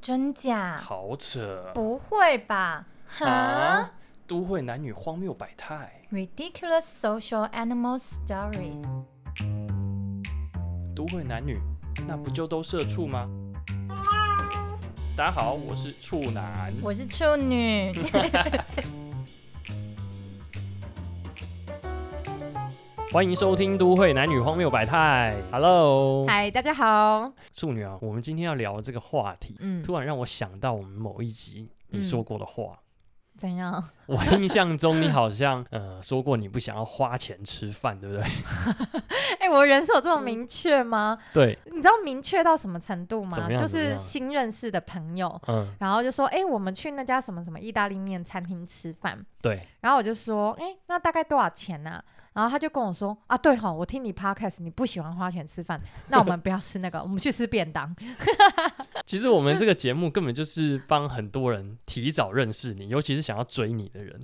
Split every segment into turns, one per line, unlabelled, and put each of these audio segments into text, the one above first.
真假？
好扯
啊不会吧？哈
啊！都会男女荒谬百态，
，Ridiculous social animal stories。
都会男女那不就都社畜吗？大家好，我是处男。
我是处女，
欢迎收听《都会男女荒谬百态》。Hello，
嗨，大家好。
处女啊，我们今天要聊这个话题，
嗯
突然让我想到我们某一集你说过的话。
怎样？
我印象中你好像呃说过你不想要花钱吃饭，对不 对？
哎、我人是有这么明确吗？
对，
你知道明确到什么程度
怎
吗？
么样
就
怎么
是
样
新认识的朋友，
嗯，
然后就说：“哎、我们去那家什么什么意大利面餐厅吃饭。
对，”
然后我就说：“哎、那大概多少钱呢、然后他就跟我说：“啊，对哈，我听你 podcast，你不喜欢花钱吃饭，那我们不要吃那个，我们去吃便当。
其实我们这个节目根本就是帮很多人提早认识你， 尤其是想要追你的人，”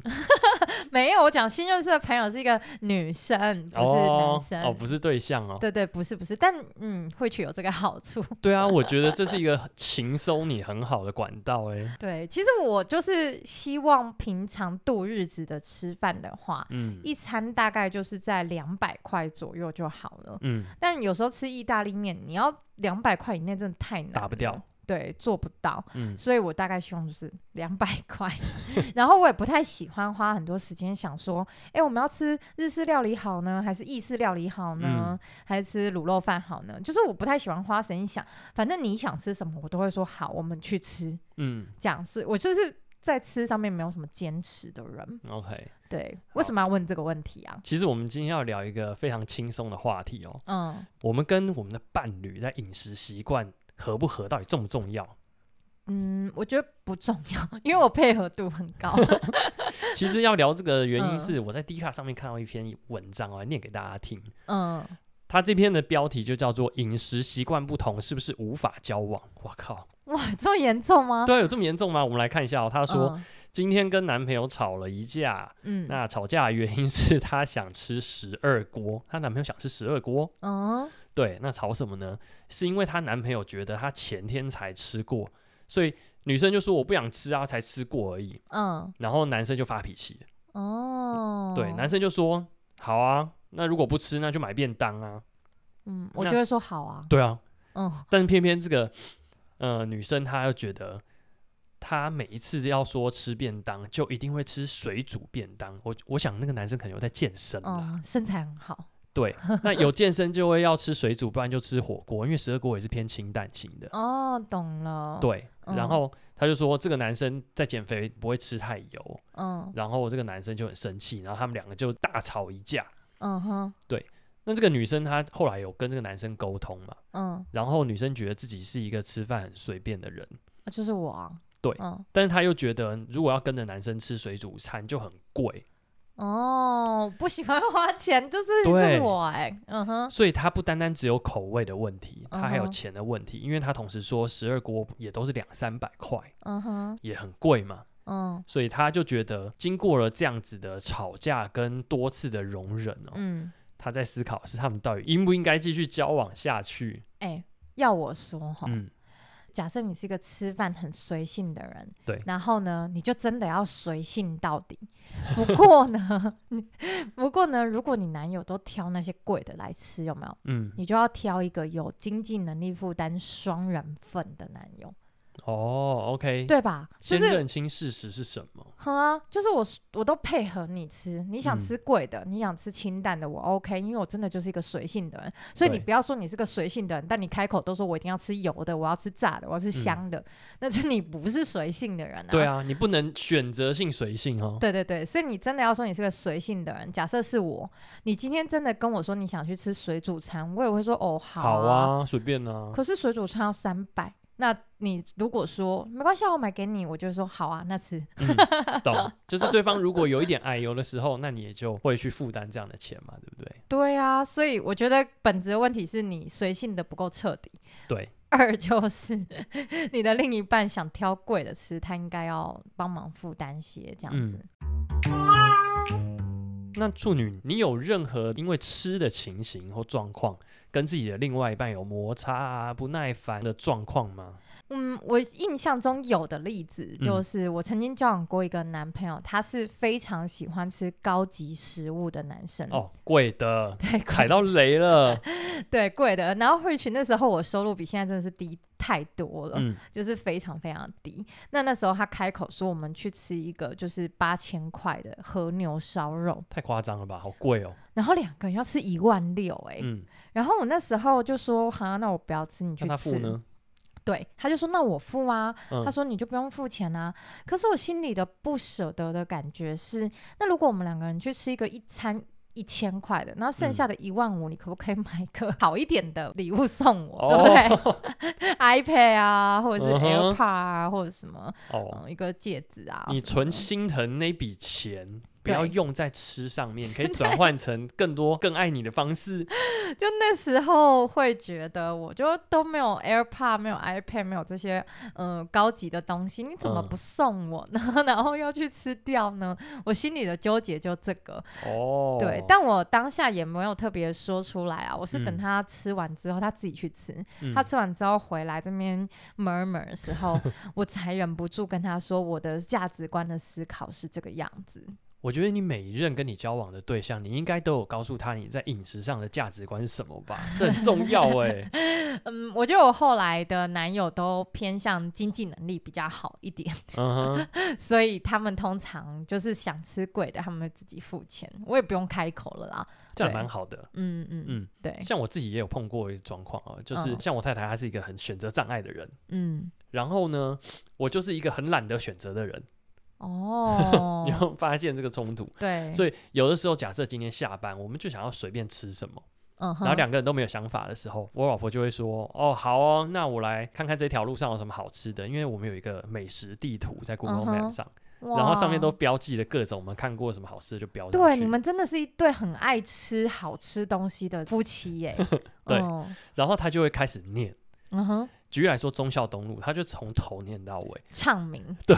没有，我讲新认识的朋友是一个女生，啊不是男生。
哦哦，不是对象 哦，
对对，不是不是，但嗯，会去有这个好处。
对啊，我觉得这是一个情收你很好的管道哎、
对，其实我就是希望平常度日子的吃饭的话，
嗯
一餐大概就是在两百块左右就好了。
嗯，
但有时候吃意大利面，你要两百块以内真的太难，
打不掉，
对，做不到。
嗯
所以我大概希望就是两百块， 然后我也不太喜欢花很多时间想说，哎、我们要吃日式料理好呢，还是意式料理好呢，
嗯
还是吃卤肉饭好呢？就是我不太喜欢花时间想，反正你想吃什么，我都会说好，我们去吃。
嗯
这样是我就是在吃上面没有什么坚持的人。
嗯，OK。
对，为什么要问这个问题啊？
其实我们今天要聊一个非常轻松的话题哦，
嗯
我们跟我们的伴侣在饮食习惯合不合，到底重不重要？
嗯，我觉得不重要，因为我配合度很高。
其实要聊这个原因
嗯
是我在 D 卡上面看到一篇文章，我来念给大家听。
嗯，
它这篇的标题就叫做“饮食习惯不同是不是无法交往”。我靠，
哇，这么严重吗？
对啊，有这么严重吗？我们来看一下、哦。他说，
嗯，
今天跟男朋友吵了一架，
嗯，
那吵架的原因是她想吃十二锅，她男朋友想吃十二锅。
嗯，
对，那吵什么呢？是因为她男朋友觉得她前天才吃过，所以女生就说我不想吃啊，才吃过而已。
嗯，
然后男生就发脾气，
哦，
对，男，生就说：“好啊，那如果不吃，那就买便当啊。
嗯，我
那
就会说好啊”，
对啊，
嗯，
但偏偏这个呃女生她又觉得，她每一次要说吃便当，就一定会吃水煮便当。我我想那个男生可能有在健身啦，
嗯，身材很好，
对，那有健身就会要吃水煮，不然就吃火锅，因为十二锅也是偏清淡型的。
哦，懂了，，
对，然
嗯
后他就说这个男生在减肥，不会吃太油。
嗯，
然后这个男生就很生气，然后他们两个就大吵一架。
嗯哼，
那这个女生她后来有跟这个男生沟通嘛？
嗯，
然后女生觉得自己是一个吃饭很随便的人，
就是我啊，
对
嗯，
但是她又觉得如果要跟着男生吃水煮餐就很贵，
哦，不喜欢花钱，就是
对
是我哎，嗯哼，
所以她不单单只有口味的问题，她还有
嗯哼
钱的问题，因为她同时说十二锅也都是两三百块，
嗯哼，
也很贵嘛，
嗯
所以她就觉得经过了这样子的吵架跟多次的容忍哦，
嗯。
她在思考是他们到底应不应该继续交往下去。
哎、要我说哈，
嗯，
假设你是一个吃饭很随性的人，
对
然后呢，你就真的要随性到底。不过呢， 你不过呢，如果你男友都挑那些贵的来吃，有没有？
嗯，
你就要挑一个有经济能力负担双人份的男友，
哦，OK，
对吧？就
先
是，
认清事实是什么。
哼啊，就是我我都配合你吃，你想
嗯
吃贵的，你想吃清淡的，我 OK，因为我真的就是一个随性的人，所以你
对
不要说你是个随性的人，但你开口都说我一定要吃油的，我要吃炸的，我要吃香的，那是你不是随性的人啊。
嗯对，啊，你不能选择性随性哦。
对对对，所以你真的要说你是个随性的人。假设是我，你今天真的跟我说你想去吃水煮餐，我也会说哦好
好
啊，
啊，随便啊。
可是水煮餐要三百。那你如果说没关系啊，我买给你，我就说好啊，那吃。
嗯，懂， 就是对方如果有一点矮油的时候，那你也就会去负担这样的钱嘛，对不对？
对啊，所以我觉得本质的问题是你随性的不够彻底。
对，
二就是 你的另一半想挑贵的吃，他应该要帮忙负担些这样子。
那处女，你有任何因为吃的情形或状况跟自己的另外一半有摩擦啊、不耐烦的状况吗？
嗯，我印象中有的例子
嗯
就是我曾经交往过一个男朋友，他是非常喜欢吃高级食物的男生，
哦，贵的，
对，贵
踩到雷 了，
对贵的。然后 Rich 那时候我收入比现在真的是低太多了，
嗯，
就是非常非常低。那那时候他开口说我们去吃一个就是八千块的和牛烧肉，
太夸张了吧，好贵哦，
然后两个人要吃一万六、欸，哎、
嗯，
然后我那时候就说，好，那我不要吃，你去
那他付
吃。
呢？
对，他就说那我付啊，
嗯
他，说你就不用付钱啊。可是我心里的不舍得的感觉是，那如果我们两个人去吃一个一餐一千块的，然后
嗯
剩下的一万五，你可不可以买个好一点的礼物送我，对 不对、
哦
i p a d 啊，或者是
嗯哼
AirPod 啊或者什么，
哦，
嗯，一个戒指啊。
你
什么
存
的
心疼那笔钱。不
对
要用在吃上面，可以转换成更多更爱你的方式。
就那时候会觉得，我就都没有 AirPod，没有 iPad，没有这些嗯、呃高级的东西，你怎么
嗯
不送我呢？ 然后要去吃掉呢？我心里的纠结就这个。
哦，
对，但我当下也没有特别说出来啊，我是等
嗯
他吃完之后，他自己去吃，
嗯
他吃完之后回来这边 murmur 的时 候，我才忍不住跟他说，我的价值观的思考是这个样子。
我觉得你每一任跟你交往的对象，你应该都有告诉他你在饮食上的价值观是什么吧？这很重 要哎、
嗯，我觉得我后来的男友都偏向经济能力比较好一点。
嗯哼，
所以他们通常就是想吃贵的，他们会自己付钱，我也不用开口了啦。
这样
对
蛮好的。
嗯嗯
嗯
对，
像我自己也有碰过一个状况啊，就是
嗯
像我太太，她是一个很选择障碍的人。
嗯，
然后呢，我就是一个很懒得选择的人，
哦
你，会发现这个冲突。
对，
所
以
以有的时候，假设今天下班，我们就想要随便吃什么，
嗯哼，
然后两个人都没有想法的时候，我老婆就会说：“哦，好哦，那我来看看这条路上有什么好吃的，因为我们有一个美食地图在 Google
嗯哼
Map 上。
哇，
然后上面都标记了各种我们看过什么好吃的就标上去。
对，你们真的是一对很爱吃好吃东西的夫妻耶。
对
嗯
然后他就会开始念。
嗯哼，
举例来说，忠孝东路，他就从头念到 尾，
唱名，
对，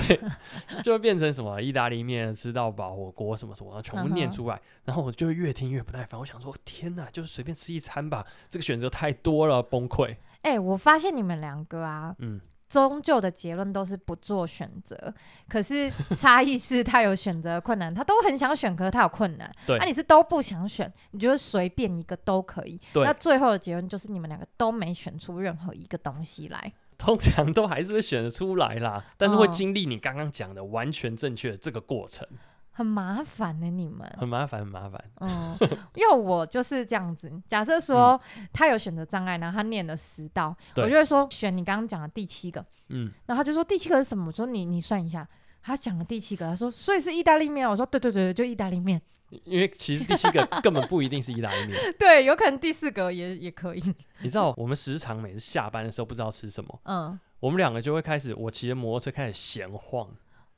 就会变成什么意大利面吃到饱、火锅什么什么，然后全部念
嗯哼
出来。然后我就会越听越不耐烦，我想说，天哪，就是随便吃一餐吧，这个选择太多了，崩溃。
哎、我发现你们两个啊，
嗯，
终究的结论都是不做选择。可是差异是他有选择困难，他都很想选，可是他有困难。啊
对
那、你是都不想选，你觉得随便一个都可以。
对
那最后的结论就是你们两个都没选出任何一个东西来。
通常都还是会选得出来啦，但是会
嗯
经历你刚刚讲的完全正确的这个过程，
很麻烦呢、你们。
很麻烦，很麻烦。
嗯，因为我就是这样子。假设说他有选择障碍，然后他念了十道，我
嗯对
就会说选你刚刚讲的第七个，
嗯，
然后他就说第七个是什么？我说你你算一下。他讲了第七个，他说所以是意大利面啊。我说对对对，对就意大利面。
因为其实第七个根本不一定是意大利面，
对，有可能第四个也也可以。
你知道，我们时常每次下班的时候不知道吃什么，
嗯，
我们两个就会开始，我骑着摩托车开始闲晃，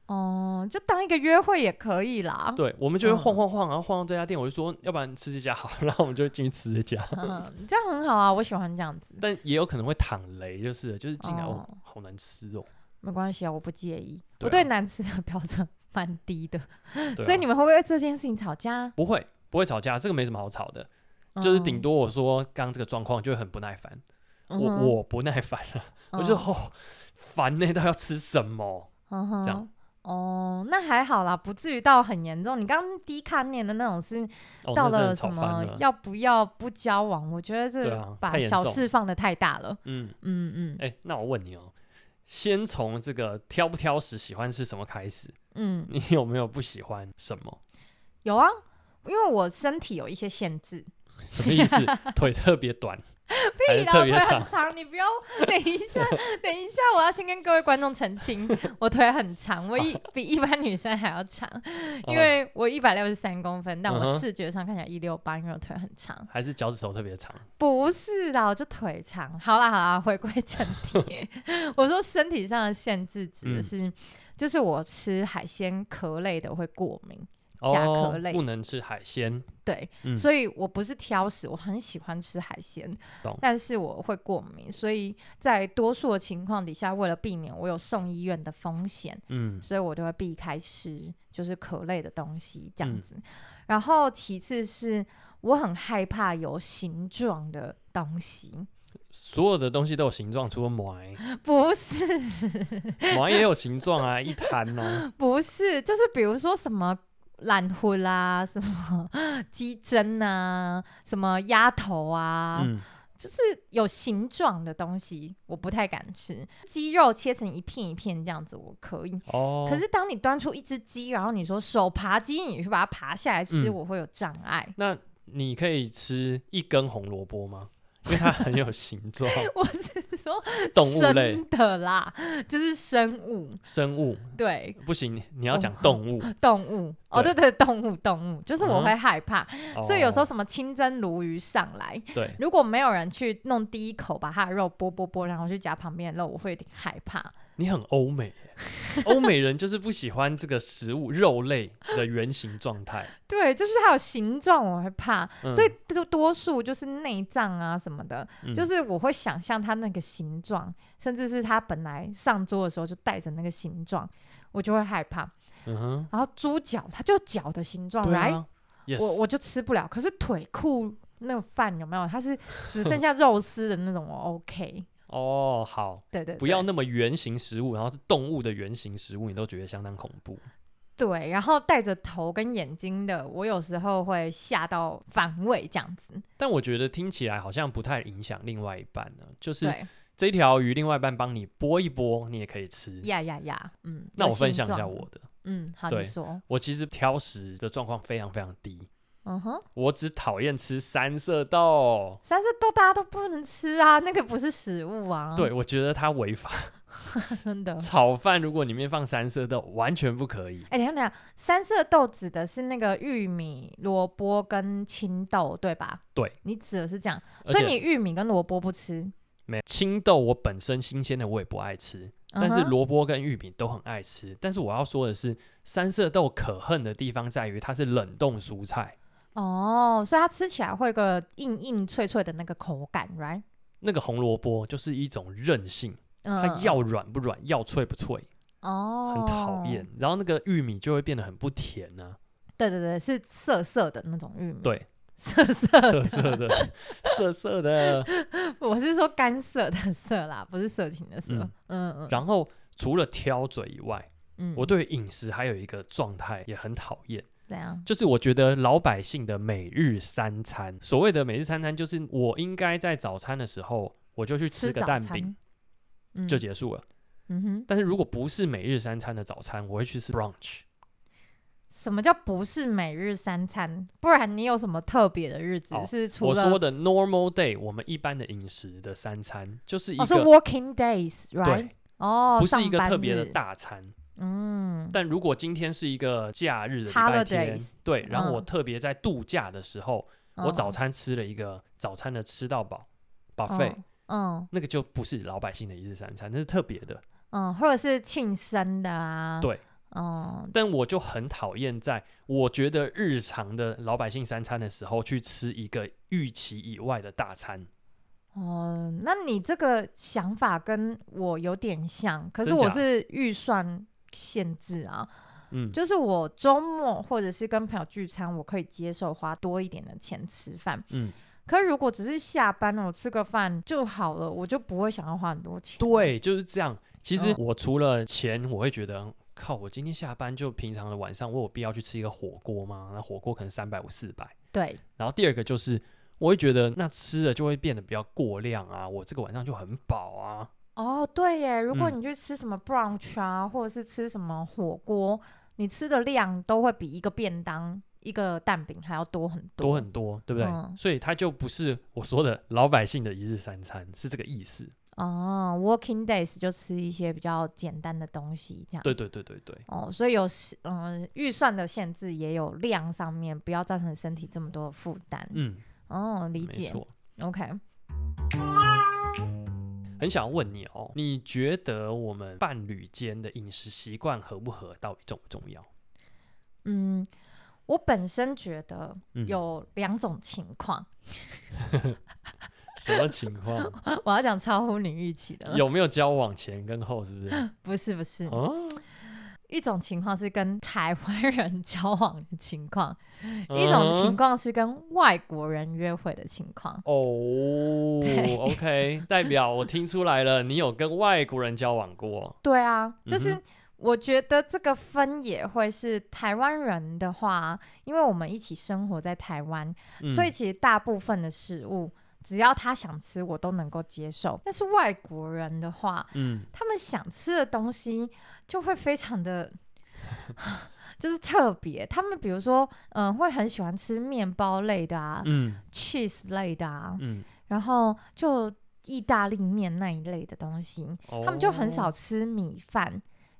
哦，就当一个约会也可以 啦。
对，我们
嗯
就会晃晃晃，然后晃到这家店，我就说，要不然吃这家好，然后我们就会进去吃这家。
嗯，这样很好啊，我喜欢这样子，
但也有可能会躺雷，就是了就是进来
哦
哦，好难吃 哦。
没关系啊，我不介意。
对啊
我对难吃的标准 蛮低的，
对啊
所以你们会不会为这件事情吵架？
不会不会吵架，这个没什么好吵的，就是顶
嗯，
多我说刚刚这个状况就会很不耐烦，
嗯
我
哼
我不耐烦了，我就哦烦欸那到底要吃什么？
嗯哼
这样
哦，那还好啦，不至于到很严重。你刚刚低卡念的那种是
哦，那
到
真的
了
吵
什
翻
么
了。
要不要不交往？我觉得
对
这
啊
把
太严
小
重
事放的太大了。
嗯，
嗯嗯
哎、那我问你哦，先从这个挑不挑食、喜欢吃什么开始，
嗯，
你有没有不喜欢什么？
有啊，因为我身体有一些限制，
什么 意思？腿特别短，还
屁
是
啦，
特
我
别
腿很
长？
长，你不要等一下， 等一下，我要先跟各位观众澄清，我腿很长，我一比一般女生还要长，因
哦、
为我一百六十三公分，但
嗯
我
哼
视觉上看起来一六八，因为我腿很长。
还是脚趾头特别长？
不是啦，我就腿长。好啦好啦，回归正 题，我说身体上的限制指的
嗯
是，就是我吃海鲜壳类的会过敏。甲壳
哦
类，
不能吃海鲜。
对，
嗯
所以我不是挑食，我很喜欢吃海鲜
懂，
但是我会过敏，所以在多数的情况底下，为了避免我有送医院的风险，
嗯嗯
所以我就会避开吃就是壳类的东西这样子。然后其次是我很害怕有形状的 东西，
所有的东西都有形状，除了霾，
不是
霾也有形状啊，一滩啊，
不是，就是比如说什么。烂灰啦，什么 鸡胗啊，什么鸭头啊，
嗯，
就是有形状的东西，我不太敢吃。鸡肉切成一片一片这样子，我可以。
哦，
可是当你端出一只鸡，然后你说手扒鸡，你去把它扒下来吃，
嗯
我会有障碍。
那你可以吃一根红萝卜吗？因为它很有形状，
我是说
动物类
生的啦，就是生物，
生物
对
不行，你要讲动物，
动物。哦，对
对
对，动物动物，就是我
嗯
会害怕，所以有时候
哦
什么清蒸鲈鱼上来，
对，
如果没有人去弄第一口把它的肉剥剥剥，然后去夹旁边的肉，我会有点害怕。
你很欧美 耶，欧美人就是不喜欢这个食物肉类的原型状态，
对，就是它有形状，我会怕，
嗯
所以多多数就是内脏啊什么的，就是我会想象它那个形状，甚至是它本来上桌的时候就带着那个形状，我就会害怕。
嗯嗯哼，
然后猪脚，它就脚的形状，
对
来、
啊
我
，yes，
我就吃不了。可是腿裤那个饭有没有？它是只剩下肉丝的那种，我 OK。
哦，好，
对对对，
不要那么原型食物，然后是动物的原型食物，你都觉得相当恐怖，
对，然后带着头跟眼睛的，我有时候会吓到反胃这样子。
但我觉得听起来好像不太影响另外一半呢，就是
对，
这条鱼另外一半帮你剥一剥，你也可以吃。
呀呀呀，嗯。
那
有
我分
形
享一下
状
我的，
嗯，好，你
对
说，
我其实挑食的状况非常非常低，
嗯哼，
我只讨厌吃三色豆。
三色豆大家都不能吃啊，那个不是食物啊，
对，，我觉得它违法。
真的。
炒饭如果里面放三色豆，完全不可以。
哎、等一下等一下，三色豆指的是那个玉米、萝卜跟青豆，对吧？
对，
你指的是这样，
而
所以
且
你玉米跟萝卜不吃，
没青豆，我本身新鲜的我也不爱吃，但是
嗯哼
萝卜跟玉米都很爱吃。但是我要说的是，三色豆可恨的地方在于它是冷冻蔬菜，
哦，所以它吃起来会有个硬硬脆脆的那个口感，right？
那个红萝卜就是一种韧性，
嗯
它要软不软，要脆不脆。
哦，
很讨厌。。然后那个玉米就会变得很不甜啊呢、
对对对，是涩涩的那种玉米。
对，
涩涩
涩
的，
涩的，涩涩的。
我是说干涩的涩啦，不是色情的涩。嗯嗯
然后除了挑嘴以外，
嗯，
我对饮食还有一个状态也很讨厌，
怎样？
就是我觉得老百姓的每日三餐，所谓的每日三餐，就是我应该在早餐的时候我就去吃个
早
蛋
餐
饼，
嗯
就结束了。
嗯哼，
但是如果不是每日三餐的早餐，我会去吃 brunch。
什么叫不是每日三餐？不然你有什么特别的日子、
哦
是除
我
了
说的 normal day，我们一般的饮食的三餐就是一
哦是
个、
working days，right？
对，
哦，
不是一个
上班
特别的
日，
大餐。
嗯，
但如果今天是一个假日的礼拜天
Holidays，
对，然后我
嗯
特别在度假的时候，我
嗯
早餐吃了一个早餐的吃到饱 buffet，、
嗯嗯
那个就不是老百姓的一日三餐，那是特别的。
嗯，或者是庆生的啊，
对，
嗯，
但我就很讨厌在我觉得日常的老百姓三餐的时候去吃一个预期以外的大餐。
哦，那你这个想法跟我有点像，可是
真假
我是预算限制啊，
嗯，
就是我周末或者是跟朋友聚餐，我可以接受花多一点的钱吃饭。
嗯，
可是如果只是下班了，我吃个饭就好了，我就不会想要花很多钱。，
对，就是这样。其实
嗯
我除了钱，我会觉得。靠！我今天下班就平常的晚上，我有必要去吃一个火锅吗？那火锅可能三百五、四百，
对，
然后第二个就是，我会觉得那吃的就会变得比较过量啊，我这个晚上就很饱啊。
哦，对耶，如果
嗯
你去吃什么 brunch 啊，或者是吃什么火锅，你吃的量都会比一个便当、一个蛋饼还要多很多。
多很多，对不对？
嗯
所以它就不是我说的老百姓的一日三餐，是这个意思。
哦，working days 就吃一些比较简单的东西，这样。
对对对对对，
哦，所以有时嗯预算的限制，也有量上面，不要造成身体这么多的负担。
嗯，
哦，理
没
解。
错。
OK，
很想问你哦，你觉得我们伴侣间的饮食习惯合不合，到底重不重要？
嗯，我本身觉得
嗯，
有两种情况，
什么情况？
我要讲超乎你预期的了。
有没有交往前跟后？是不是？
不是不是，
哦，
一种情况是跟台湾人交往的情况，一
嗯
种
哼
情况是跟外国人约会的情况。
啊哦
对
，OK，代表我听出来了，你有跟外国人交往过，
对啊，就是
嗯
我觉得这个分也会是台湾人的话，因为我们一起生活在台湾，
嗯、
所以其实大部分的食物。只要他想吃，我都能够接受。但是外国人的话，
嗯，
他们想吃的东西就会非常的， 就是特别。他们比如说，嗯、会很喜欢吃面包类的啊、
嗯
cheese 类的啊，
嗯
然后就意大利面那一类的东西。
嗯，
他们就很少
哦，
吃米饭，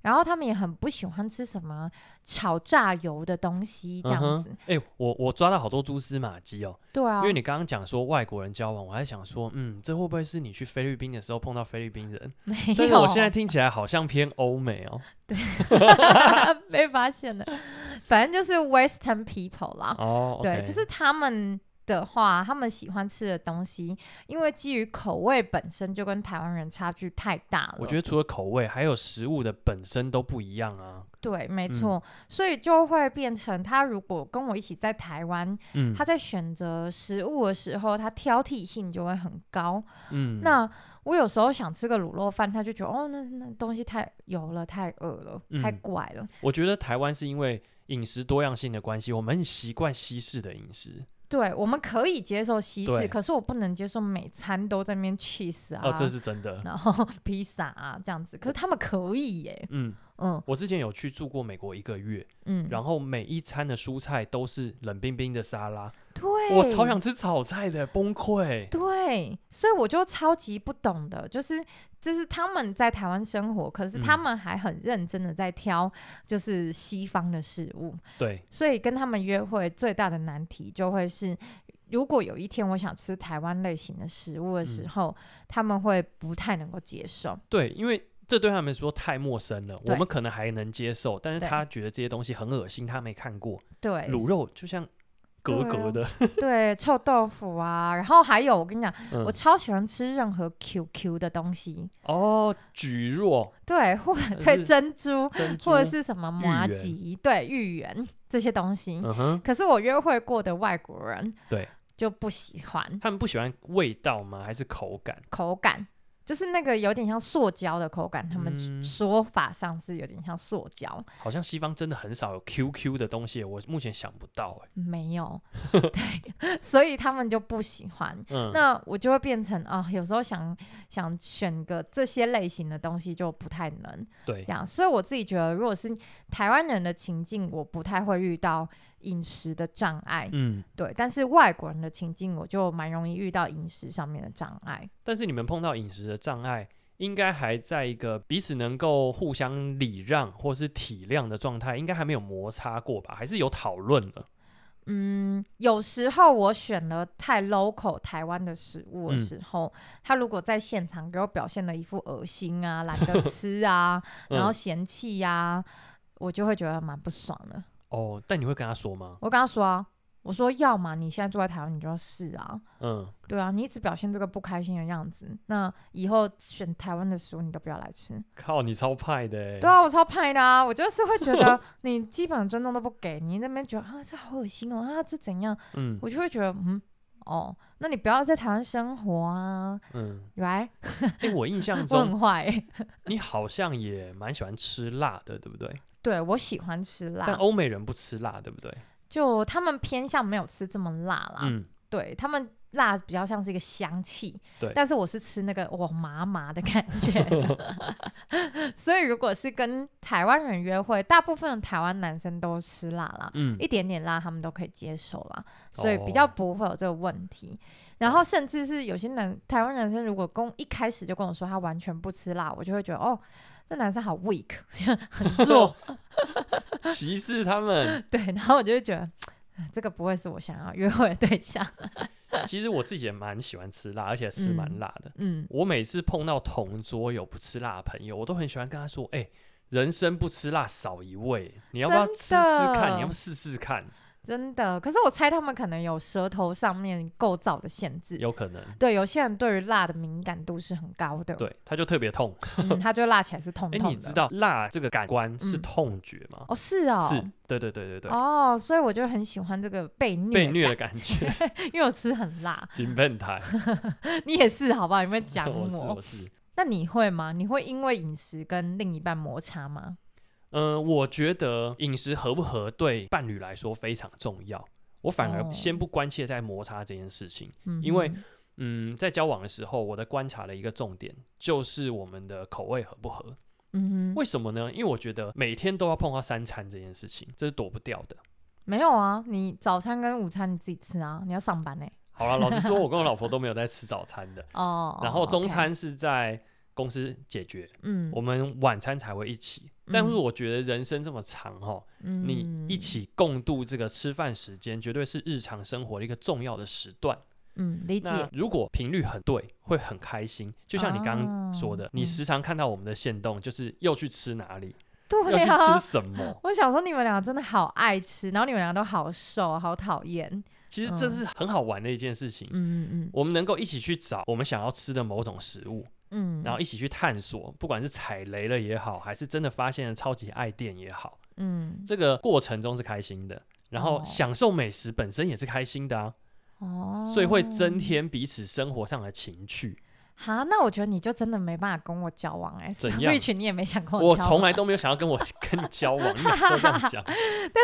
然后他们也很不喜欢吃什么炒炸油的东西这样
嗯
子。
哼哎、我我抓到好多蛛丝马迹哦，
对啊
因，为你刚刚讲说外国人交往，我还想说，嗯，这会不会是你去菲律宾的时候碰到菲律宾人？
没
但是
有，
我现在听起来好像偏欧美哦。
被发现了。反正就是 Western people 啦
哦，
对，
OK
就是他们。的话，他们喜欢吃的东西，因为基于口味本身就跟台湾人差距太大了。
我觉得除了口味，还有食物的本身都不一样啊。
对，没
嗯
错，所以就会变成他如果跟我一起在台湾，
嗯，
他在选择食物的时候，他挑剔性就会很高。
嗯，
那我有时候想吃个卤肉饭，他就觉得哦，那那东西太油了，太恶了，太
嗯
怪了。
我觉得台湾是因为饮食多样性的关系，我们很习惯西式的饮食。
对，我们可以接受西
对
式，可是我不能接受每餐都在那边 cheese 啊，
哦，这是真的。
然后 披萨啊这样子。可是他们可以耶，
嗯，
嗯
我之前有去住过美国一个月，
嗯，
然后每一餐的蔬菜都是冷冰冰的沙拉，
对，
我超想吃炒菜的，崩溃。
对，所以我就超级不懂的，就是就是他们在台湾生活，可是他
嗯
们还很认真的在挑就是西方的事物，
对，
所以跟他们约会最大的难题就会是，如果有一天我想吃台湾类型的食物的时
嗯
候，他们会不太能够接受。
对，因为这对他们说太陌生了，我
对
们可能还能接受，但是
对
他觉得这些东西很恶心，他没看过。
对，
卤肉就像格
对
格
啊
的，
对，臭豆腐啊，然后还有我跟你讲，
嗯
我超喜欢吃任何 QQ 的东西，
哦，蒟蒻、
对，或
呃
对
是
珍珠，
珍珠，
或者是什么
芋
麻
圆
吉，对，芋圆这些东西。
嗯哼，
可是我约会过的外国人，
对，
就不喜欢
他们不喜欢味道吗？还是口感？
口感，就是那个有点像塑胶的口感，他
嗯
们说法上是有点像塑胶，
好像西方真的很少有 QQ 的东西，我目前想不到哎、
没有，对， 所以他们就不喜欢。
嗯，
那我就会变成啊、有时候想想选个这些类型的东西就不太能
对
这，样，所以我自己觉得，如果是台湾人的情境，我不太会遇到饮食的障碍，
嗯，
对，但是外国人的情境，我就蛮容易遇到饮食上面的障碍。
但是你们碰到饮食的障碍，应该还在一个彼此能够互相礼让或是体谅的状态，应该还没有摩擦过吧？还是有讨论了？
嗯，有时候我选了太 local 台湾的食物的
嗯
时候，他如果在现场给我表现的一副恶心啊、懒得吃啊，然 后
嗯、
嫌弃呀、我就会觉得蛮不爽的。
哦，但你会跟他说吗？
我跟他说啊，我说要嘛你现在住在台湾，你就要试啊，
嗯，
对啊，你一直表现这个不开心的样子，那以后选台湾的食物你都不要来吃。
靠，你超派的、欸，
对啊，我超派的啊！我就是会觉 得你基本尊重都不给，你那边觉得啊这好恶心哦啊这怎样，
嗯
我就会觉得嗯哦，那你不要在台湾生活啊
嗯，
，right？
哎、我印象
我
中
很坏欸，
你好像也蛮喜欢吃辣的，对不对？
对我喜欢吃
但
辣，
欧美人不吃辣，对不对？
就他们偏向没有吃这么辣啦，
嗯，
对他们辣比较像是一个香气，
对
但是我是吃那个我麻麻的感 觉，所以如果是跟台湾人约会，大部分的台湾男生都吃辣啦，
嗯
一点点辣他们都可以接受啦，所以比较
哦
不会有这个问题。然后甚至是有些男台湾男生如果跟一开始就跟我说他完全不吃辣，我就会觉得哦，这男生好 weak，很弱，
歧视他们。
对，然后我就会觉得。哎这个不会是我想要约会的对象，
其实我自己也蛮喜欢吃辣，而且吃蛮
嗯
辣的。
嗯，
我每次碰到同桌有不吃辣的朋友，我都很喜欢跟他说：“哎、人生不吃辣少一味，你要不要
真
吃吃看？
的
你要不要试试看
真的。可是我猜他们可能有舌头上面构造的限制。
有可能。
对，有些人对于辣的敏感度是很高的，
对，它就特别痛。
嗯，他就辣起来是 痛
哎、
痛的。
你知道辣这个感官是
嗯
痛觉吗？
哦，是哦，
是，对对对对对，
哦，所以我就很喜欢这个被虐
被虐
感
的感 觉，
因为我吃很辣，
金笨 台。
你也是好不好？有没有讲
我是
我
我？是，
那你会吗？你会因为饮食跟另一半摩擦吗？
嗯、我觉得饮食合不合对伴侣来说非常重要。我反
哦
而先不关切在摩擦这件事情。
嗯哼，
因为嗯，在交往的时候，我的观察的一个重点就是我们的口味合不合。
嗯哼，
为什么呢？因为我觉得每天都要碰到三餐这件事情，这是躲不掉的。
没有啊，你早餐跟午餐你自己吃啊，你要上班呢、
好了，老实说，我跟我老婆都没有在吃早餐的，
哦，
然后中
OK，
餐是在公司解决，
嗯，
我们晚餐才会一起。但是我觉得人生这么长哦，
嗯
你一，起共度这个吃饭时间，绝对是日常生活的一个重要的时段。
嗯，理
那
解，
如果频率很对，会很开心。就像你刚刚说的，
哦
你
嗯
时常看到我们的线动，就是又去吃哪里，又
对
去
啊
吃。什么。
我想说你们俩真的好爱吃，然后你们俩都好瘦，好讨厌。
其实这是很好玩的一件事情。
嗯嗯
我们能够一起去找我们想要吃的某种食物，
嗯，
然后一起去探索，不管是踩雷了也好，还是真的发现了超级爱店也好，
嗯
这个过程中是开心的。然后
哦
享受美食本身也是开心的啊，
哦，
所以会增添彼此生活上的情趣。
哈，那我觉得你就真的没办法跟我交往哎、
怎
沈
样
瑞群你也没想跟
我
哦交
从
往
来都没有想要跟我 跟你交往，你每次都这样 讲。
但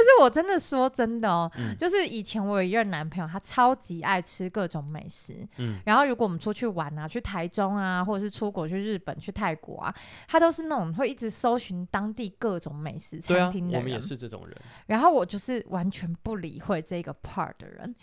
是我真的说真的哦，
嗯
就是以前我有一任男朋友，他超级爱吃各种美食。
嗯，
然后如果我们出去玩啊，去台中啊，或者是出国去日本、去泰国啊，他都是那种会一直搜寻当地各种美食
对啊
餐厅，的
我
人。
们也是这种人。
然后我就是完全不理会这个 part 的人。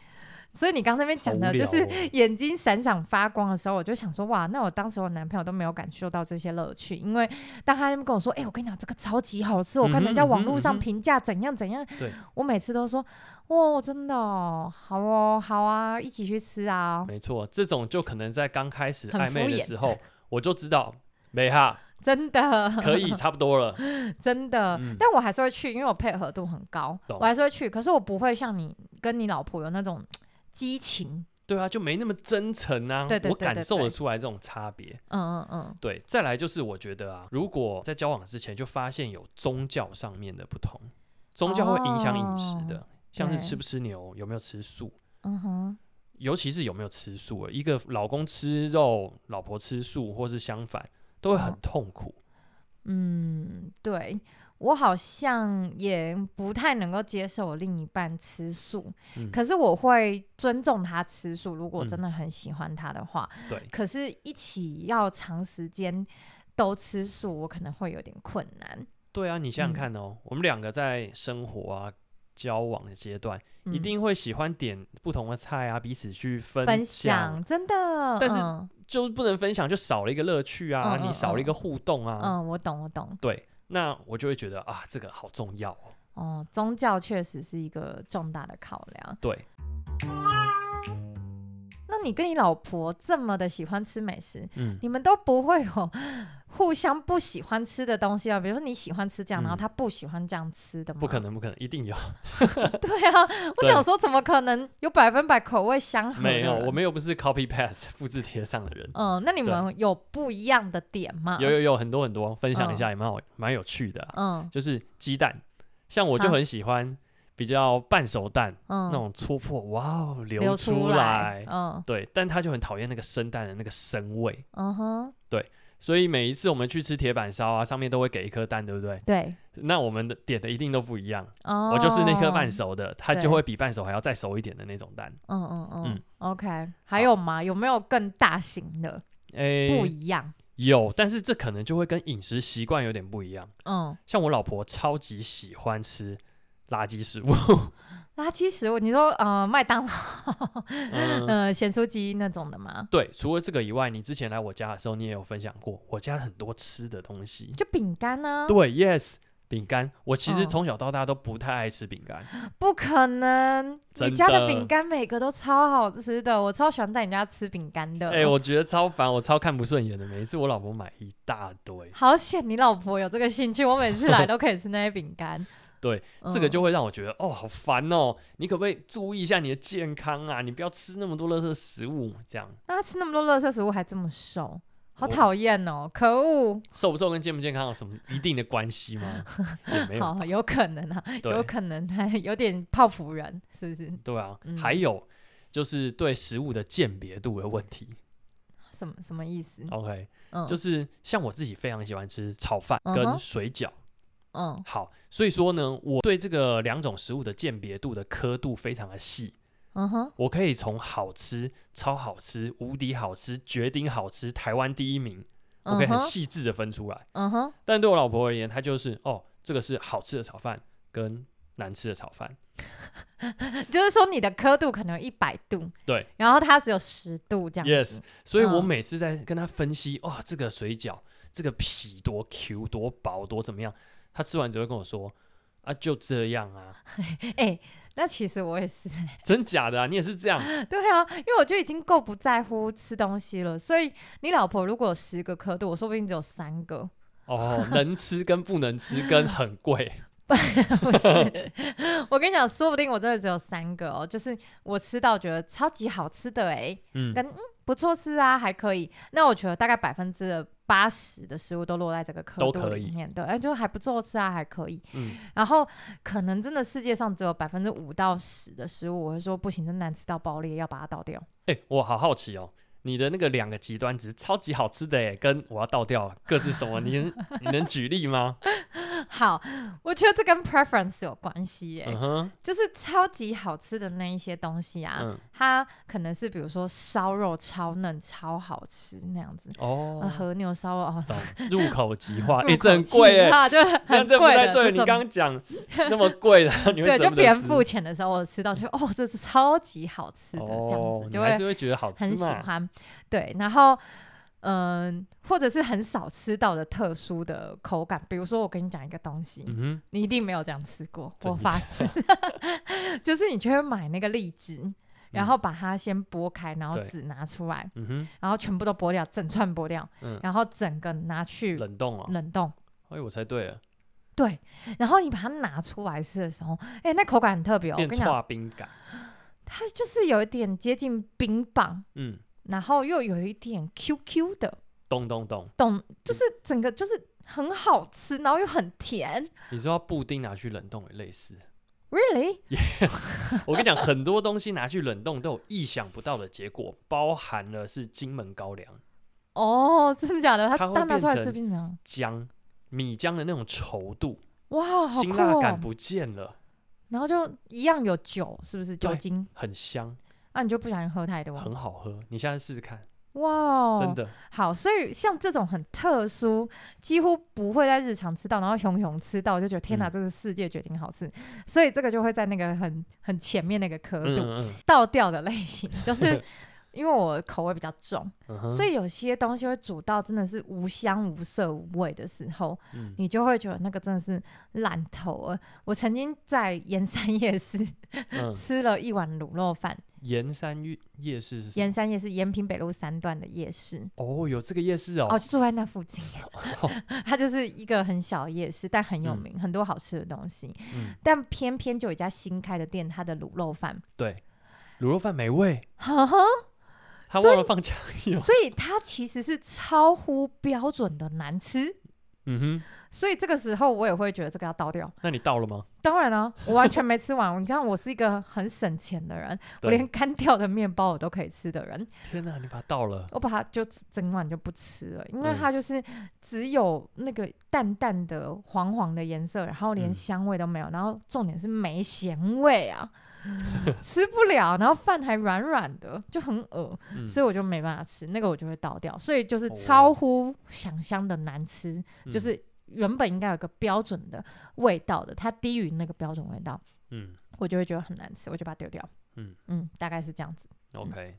所以你刚才那边讲
好
的
无聊
就是
哦
眼睛闪闪发光的时候，我就想说，哇，那我当时我男朋友都没有感受到这些乐趣，因为当他们跟我说，哎、我跟你讲这个超级好吃，我看人家网络
嗯哼嗯
上
哼
评价怎样怎样，
对
我每次都说，哦，真的哦，好哦，好啊，一起去吃啊，
没错，这种就可能在刚开始
很
暧昧
敷
的
衍
时候，我就知道没 哈，
真的，
可以差不多了。
真的，
嗯
但我还是会去，因为我配合度很高，
懂
我还是会去，可是我不会像你跟你老婆有那种激情，
对啊，就没那么真诚啊。
对对对
我感
对
受
对
得出来这种差别。
嗯嗯嗯。
对，再来就是我觉得啊，如果在交往之前就发现有宗教上面的不同，宗教会影响饮食的，像是
哦对
吃不吃牛，有没有吃素，
嗯哼，
尤其是有没有吃素了，一个老公吃肉，老婆吃素，或是相反，都会很
嗯
痛苦。
嗯，对我好像也不太能够接受我另一半吃素，
嗯
可是我会尊重他吃素，如果我
嗯
真的很喜欢他的话。
对，
可是，一起要长时间都吃素，我可能会有点困难。
对啊，你想
嗯
想看哦，我们两个在生活啊、交往的阶段，
嗯、
一定会喜欢点不同的菜啊，彼此去分
分享，真的。
但是啊
嗯
就是不能分享，就少了一个乐趣啊，
嗯嗯
你少了一个互动啊。
嗯，我懂，我懂。
对，那我就会觉得啊，这个好重要哦。
哦，宗教确实是一个重大的考量。
对，
那你跟你老婆这么的喜欢吃美食，
嗯，
你们都不会有互相不喜欢吃的东西啊， 比如说你喜欢吃这样，
嗯
然后他不喜欢这样吃的吗？
不可。能，不可能，一定有。
对啊，我
对
想说怎么可能有百分百口味相合？
没有，我。们又不是 copy paste 复制贴上的人。
嗯，那你们有不一样的点吗？
有。有有很多很多，分享一下也蛮好，蛮有趣的啊、
嗯
就是鸡蛋，像我就
哈
很喜欢比较半熟蛋
嗯。
那种戳破，哇哦，
流
流
出
出来。
嗯
对，但他就很讨厌那个生蛋的那个生味，
嗯哼，
所以每一次我们去吃铁板烧啊，上面都会给一颗蛋，对不对？
对。
那我们的点的一定都不一样。
哦。
我就是那颗半。熟的，它
对
就会比半熟还要再熟一点的那种蛋。
嗯嗯嗯
嗯。
OK，还有吗？有没有更大型的？
诶、
不一样。
有，但是这可能就会跟饮食习惯有点不一样。
嗯，
像我老婆超级喜欢吃垃圾 食物，
垃圾食物，你说呃麦当劳、
嗯，
呃咸酥鸡那种的吗？
对。除了这个以外，你之前来我家的时候，你也有分享过，我家很多吃的东西。
就饼干啊。
对，yes，饼干。我其实
嗯
从小到大都不太爱吃饼干。
不可能，你
真
家的
的
饼干每个都超好吃的，我超喜欢在你家吃饼干的。
哎、我觉得超烦，我超看不顺眼的。每一次我老婆买一大堆，
好险你老婆有这个兴趣，我每次来都可以吃那些饼干。 嗯
对，这个就会让我觉得哦，好烦哦！你可不可以注意一下你的健康啊？你不要吃那么多垃圾食物，这样
那他吃那么多垃圾食物还这么瘦，好讨厌哦！可恶，
瘦不瘦跟健不健康有什么一定的关系吗？也没有，
好有可能啊，有
对
可能 他有点泡芙人，是不是？
对啊。
嗯
还有就是对食物的鉴别度的问题。
什么什么意思？
OK，
嗯，
就是像我自己非常喜欢吃炒饭
嗯哼
跟水饺。
嗯
好，所以说呢，我对这个两种食物的鉴别度的刻度非常的细。
嗯哼，
我可以从好吃、超好吃、无敌好吃、绝顶好吃、台湾第一名，我可以
嗯
很
哼
细致的分出来。
嗯哼，
但对我老婆而言，她就是哦，这个是好吃的炒饭跟难吃的炒饭。
就是说你的刻度可能有一百度，
对
然后它只有十度这样
，yes
子。。
所以我
嗯
每次在跟她分析，哇、这个水饺这个皮多 Q 多薄多怎么样，她吃完只会跟我说啊，就这样啊，
哎，那其实我也是，
真假的啊，你也是这样，
对啊，因为我就已经够不在乎吃东西了，所以你老婆如果有十个刻度，我说不定只有三个，
哦，能吃跟不能吃跟很贵，
不是？ 我跟你讲，说不定我真的只有三个哦，就是我吃到觉得超级好吃的哎、
嗯
跟不错吃啊，还可以。那我觉得大概百分之八十的食物都落在这个刻
都
度
可
里
以
面，对，哎，就还不错吃啊，还可以。
嗯，
然后可能真的世界上只有百分之五到十的食物，我会说不行，真难吃到爆裂，要把它倒掉。
哎、我好好奇哦，你的那个两个极端值，超级好吃的哎，跟我要倒掉各自什么？你能你能举例吗？
好，我觉得这跟 preference 有关系耶、
嗯 哼，
就是超级好吃的那一些东西啊，
嗯，
它可能是比如说烧肉超嫩、超好吃那样子，呃、
哦，
和牛烧肉 哦，
懂，入口即化，哎、这
入口
很
即
贵哎，
化，就
这样
很
这不
贵
太
的
对，
这
你
种
刚刚讲那么贵的， 你会
对，
舍
就
不得
别人
吃
付钱的时候，我吃到就哦，这是超级好吃的，这样
哦
子，
你
就
还
会
是会觉得好吃
很喜
嘛？
欢。对，然后嗯、或者是很少吃到的特殊的口感，比如说我跟你讲一个东西，
嗯
你一定没有这样吃过，
怎
我
样
发誓， 就是你就会买那个荔枝。然后把它先剥开，然后
嗯对
籽拿出来
哼，，嗯哼，
然后全部都剥掉，整串剥掉，
嗯
然后整个拿去
冷冻哦，
冷冻。
哎，我猜对了，
对，然后你把它拿出来吃的时候，哎，那口感很特别哦。我
变
跟你讲，
化冰感，
它就是有一点接近冰棒，
嗯，
然后又有一点 QQ 的，
咚咚咚，
懂？就是整个就是很好吃，然后又很甜。
你知道布丁拿去冷冻也类似。
Really？
我跟你讲，很多东西拿去冷冻都有意想不到的结果，包含了是金门高粱、
哦，真的假的？它
它会
蛋拿出来
变
吃
成
冰凉，
姜、米浆的那种稠度，
哇，好
辛
酷
辣感
哦！
不见了，
然后就一样有酒，是不是酒
对
精？
很香，
那、你就不小心喝太多。
很好喝。你下次试试看，
哇哦，
真的
好，所以像这种很特殊，几乎不会在日常吃到，然后熊熊吃到，我就觉得天哪，
嗯
这是世界决定好吃。所以这个就会在那个很很前面那个刻
嗯
度。
嗯
倒掉的类 型，就是因为我口味比较重，
嗯哼，
所以有些东西会煮到真的是无香无色无味的时候，
嗯
你就会觉得那个真的是烂头了。我曾经在盐山夜市
嗯，
吃了一碗卤肉饭，
盐山夜夜市是什么
盐山夜市延平北路三段的夜市。
哦，有这个夜市哦
哦，，就住在那附 近，它就是一个很小的夜市，但很有
嗯
名，很多好吃的东西。
嗯，
但偏偏就有一家新开的店，它的卤 肉饭，
对，卤肉饭美味，
呵呵，
他
所以
忘了放酱油，
所以它其实是超乎标准的难吃。
嗯哼，
所以这个时候我也会觉得这个要倒掉。
那你到了吗？
当然啊，我完全没吃 完。你看，我是一个很省钱的人，我连
对，
干掉的面包我都可以吃的人，
天哪，你把它倒了，
我把它就整碗就不吃了，因为
嗯
它就是只有那个淡淡的黄黄的颜色，然后连
嗯
香味都没有，然后重点是没咸 味啊，吃不了，然后饭还软软的，就很恶。
嗯，
所以我就没办法吃，那个我就会倒掉，所以就是
哦
超乎想象的难吃，
嗯
就是原本应该有个标准的味道的，它低于那个标准味道，
嗯
我就会觉得很难吃，我就把它丢掉。
嗯
大概是这样子。
，OK，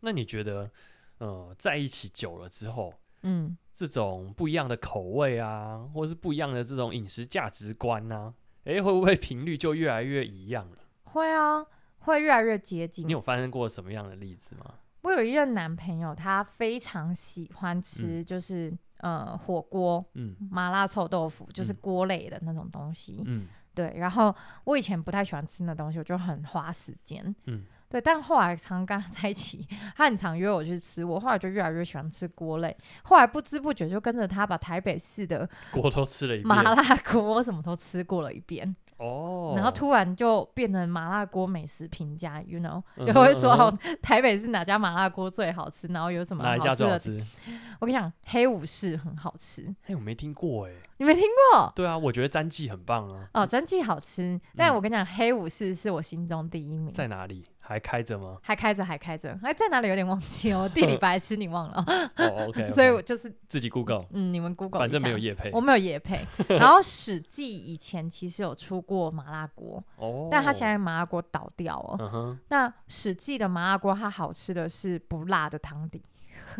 那你觉得，呃，在一起久了之后，
嗯，
这种不一样的口味啊，或是不一样的这种饮食价值观呐、啊，诶，会不会频率就越来越一样了？
会啊，会越来越接近
你。有发生过什么样的例子吗？
我有一任男朋友，他非常喜欢吃就是、呃火锅、
嗯
麻辣臭豆腐，就是
嗯
锅类的那种东西。
嗯
对，然后我以前不太喜欢吃那东西，我就很花时间。
嗯，
对，但后来常跟他 在一起，他很常约我去吃，我后来就越来越喜欢吃锅类。后来不知不觉就跟着他把台北市的
锅都吃了一遍
麻辣锅什么都吃过了一遍，
哦，
然后突然就变成麻辣锅美食评价，you know，
嗯哼
就会说、
嗯
台北市哪家麻辣锅最好吃，然后有什么
哪一家
好吃
最好
的。
吃？
我跟你讲，黑武士很好吃，
哎，我没听过哎。
你没听过
对啊，我觉得詹记很棒啊，
哦？真记好吃，但
嗯
我跟你讲，黑武士是我心中第一名。
在哪里？还开着吗？
还开着，还开着，哎，在哪里有点忘 记哦，地理白痴，你忘了，
哦，OK，
所以我就是，
自己 Google，
嗯，你们 Google
反正没有
一下
夜配
我。没有夜 配。然后《史记》以前其实有出过麻辣锅，
哦，
但它现在麻辣锅倒掉了。
嗯哼，
那《史记》的麻辣锅它好吃的是不辣的汤底，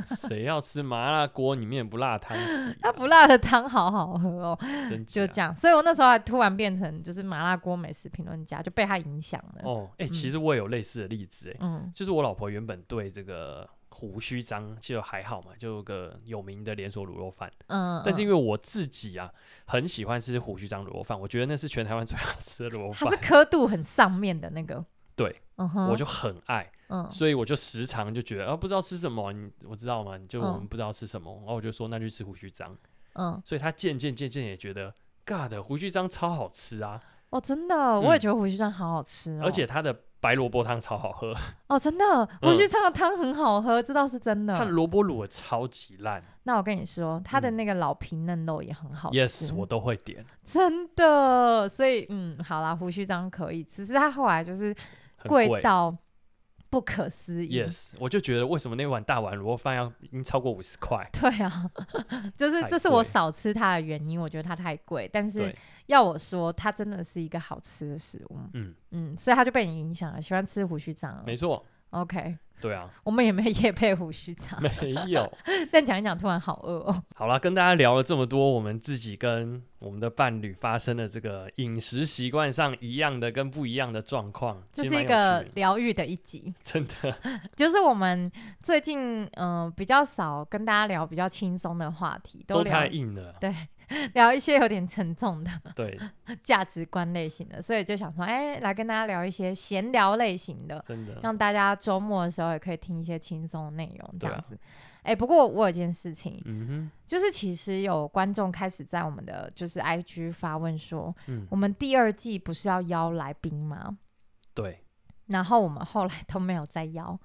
谁要吃麻辣锅里面不辣汤底？啊
它不辣的汤好好喝哦，
真
就
假
这样。所以我那时候还突然变成就是麻辣锅美食评论家，就被它影响了。
哦，哎、其实我也有类似的例子，哎、
嗯
就是我老婆原本对这个胡须章就还好嘛，就有个有名的连锁卤肉饭，
嗯，
但是因
为
为我自己啊很喜欢吃胡须章卤肉饭，我觉得那是全台湾最好吃的卤肉
啊它是
饭，
刻度很上面的那个，
对，
嗯哼，
我就很爱，
嗯
所以我就时常就觉得啊不知道吃什么，你我知道嘛，你就
嗯
我们不知道吃什么，然后我就说那就吃胡须章，
嗯。
所以他渐渐渐渐也觉得。God，胡须章超好吃啊，
哦，真的，我也
嗯
觉得胡须章好好吃、哦
而且它的白萝卜汤超好喝，
哦，真的，胡须章的汤很好喝，这倒是真
它的
的。
萝卜卤的超级烂。
那我跟你说，它的
嗯
那个老皮嫩肉也很好吃
Yes，我都会点，
真的。所以，嗯，好啦，胡须章可以，只是它后来就是
很
贵到不可思议。
Yes，我就觉得为什么那碗大碗卤肉饭要已经超过五十块？
对啊，就是
太
这是我
贵
少吃它的原因，我觉得它太贵。但是
对，
要我说，它真的是一个好吃的食物。
嗯，
嗯，所以它就被你影响了，喜欢吃胡须章了。
没错，
OK，
对啊，
我们也没有夜配胡须章。
没有。
但讲一讲，突然好饿哦。
好啦，跟大家聊了这么多，我们自己跟我们的伴侣发生的这个饮食习惯上一样的跟不一样的状况，
这
其实
是
蛮有
一个
趣的
疗愈的一集，
真的，
就是我们最近嗯、呃比较少跟大家聊比较轻松的话题，
都
聊
太硬了。
聊一些有点沉重的
对，
价值观类型的，所以就想说，哎、来跟大家聊一些闲聊类型的。
真的，
让大家周末的时候也可以听一些轻松的内容，这
对啊
样子。哎、不过我有件事情，
嗯
就是其实有观众开始在我们的就是 IG 发问说，
哼，嗯，
我们第二季不是要邀来宾吗？
对，
然后我们后来都没有再邀，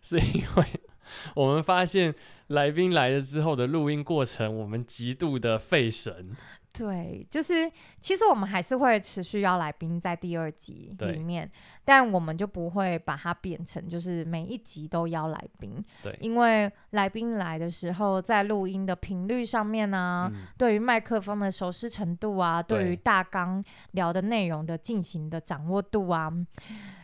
是因为 我们发现来宾来了之后的录音过程，我们极度的费神。
对，就是其实我们还是会持续邀来宾在第二集
对
里面，但我们就不会把它变成就是每一集都邀来宾，
对，
因为来宾来的时候，在录音的频率上面啊，
嗯，
对于麦克风的熟识程度啊，对于
对
大纲聊的内容的进行的掌握度啊，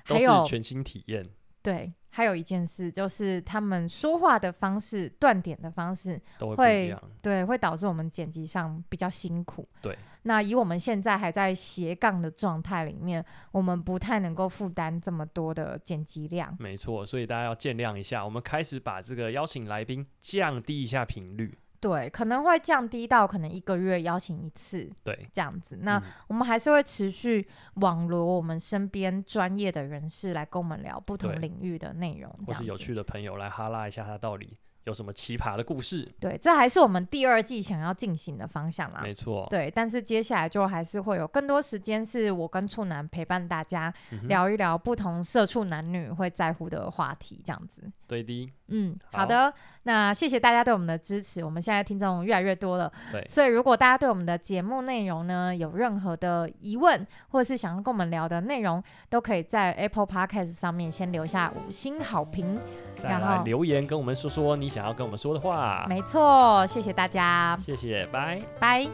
还
都是
有
全新体验。
对，还有一件事就是他们说话的方式、断点的方式，
都会不
会
一样。
对，会导致我们剪辑上比较辛苦。
对，
那以我们现在还在斜杠的状态里面，我们不太能够负担这么多的剪辑量。
没错，所以大家要见谅一下，我们开始把这个邀请来宾降低一下频率。
对，可能会降低到可能一个月邀请一次
对，
这样子。那
嗯
我们还是会持续网罗我们身边专业的人士来跟我们聊不同
对
领域的内容，这
或
样
是有
子
趣的朋友来哈拉一下，他到底有什么奇葩的故事？
对，这还是我们第二季想要进行的方向啦。
没错，
啊对，但是接下来就还是会有更多时间是我跟处男陪伴大家
嗯哼
聊一聊不同社畜男女会在乎的话题，这样子。
对的，
嗯，好
好
的，那谢谢大家对我们的支持，我们现在听众越来越多了，
对
所以如果大家对我们的节目内容呢有任何的疑问，或者是想要跟我们聊的内容，都可以在 Apple Podcast 上面先留下五星好评。
再
然
来
后
留言跟我们说说你想要跟我们说的话。
没错，谢谢大家，
谢谢，拜。
拜。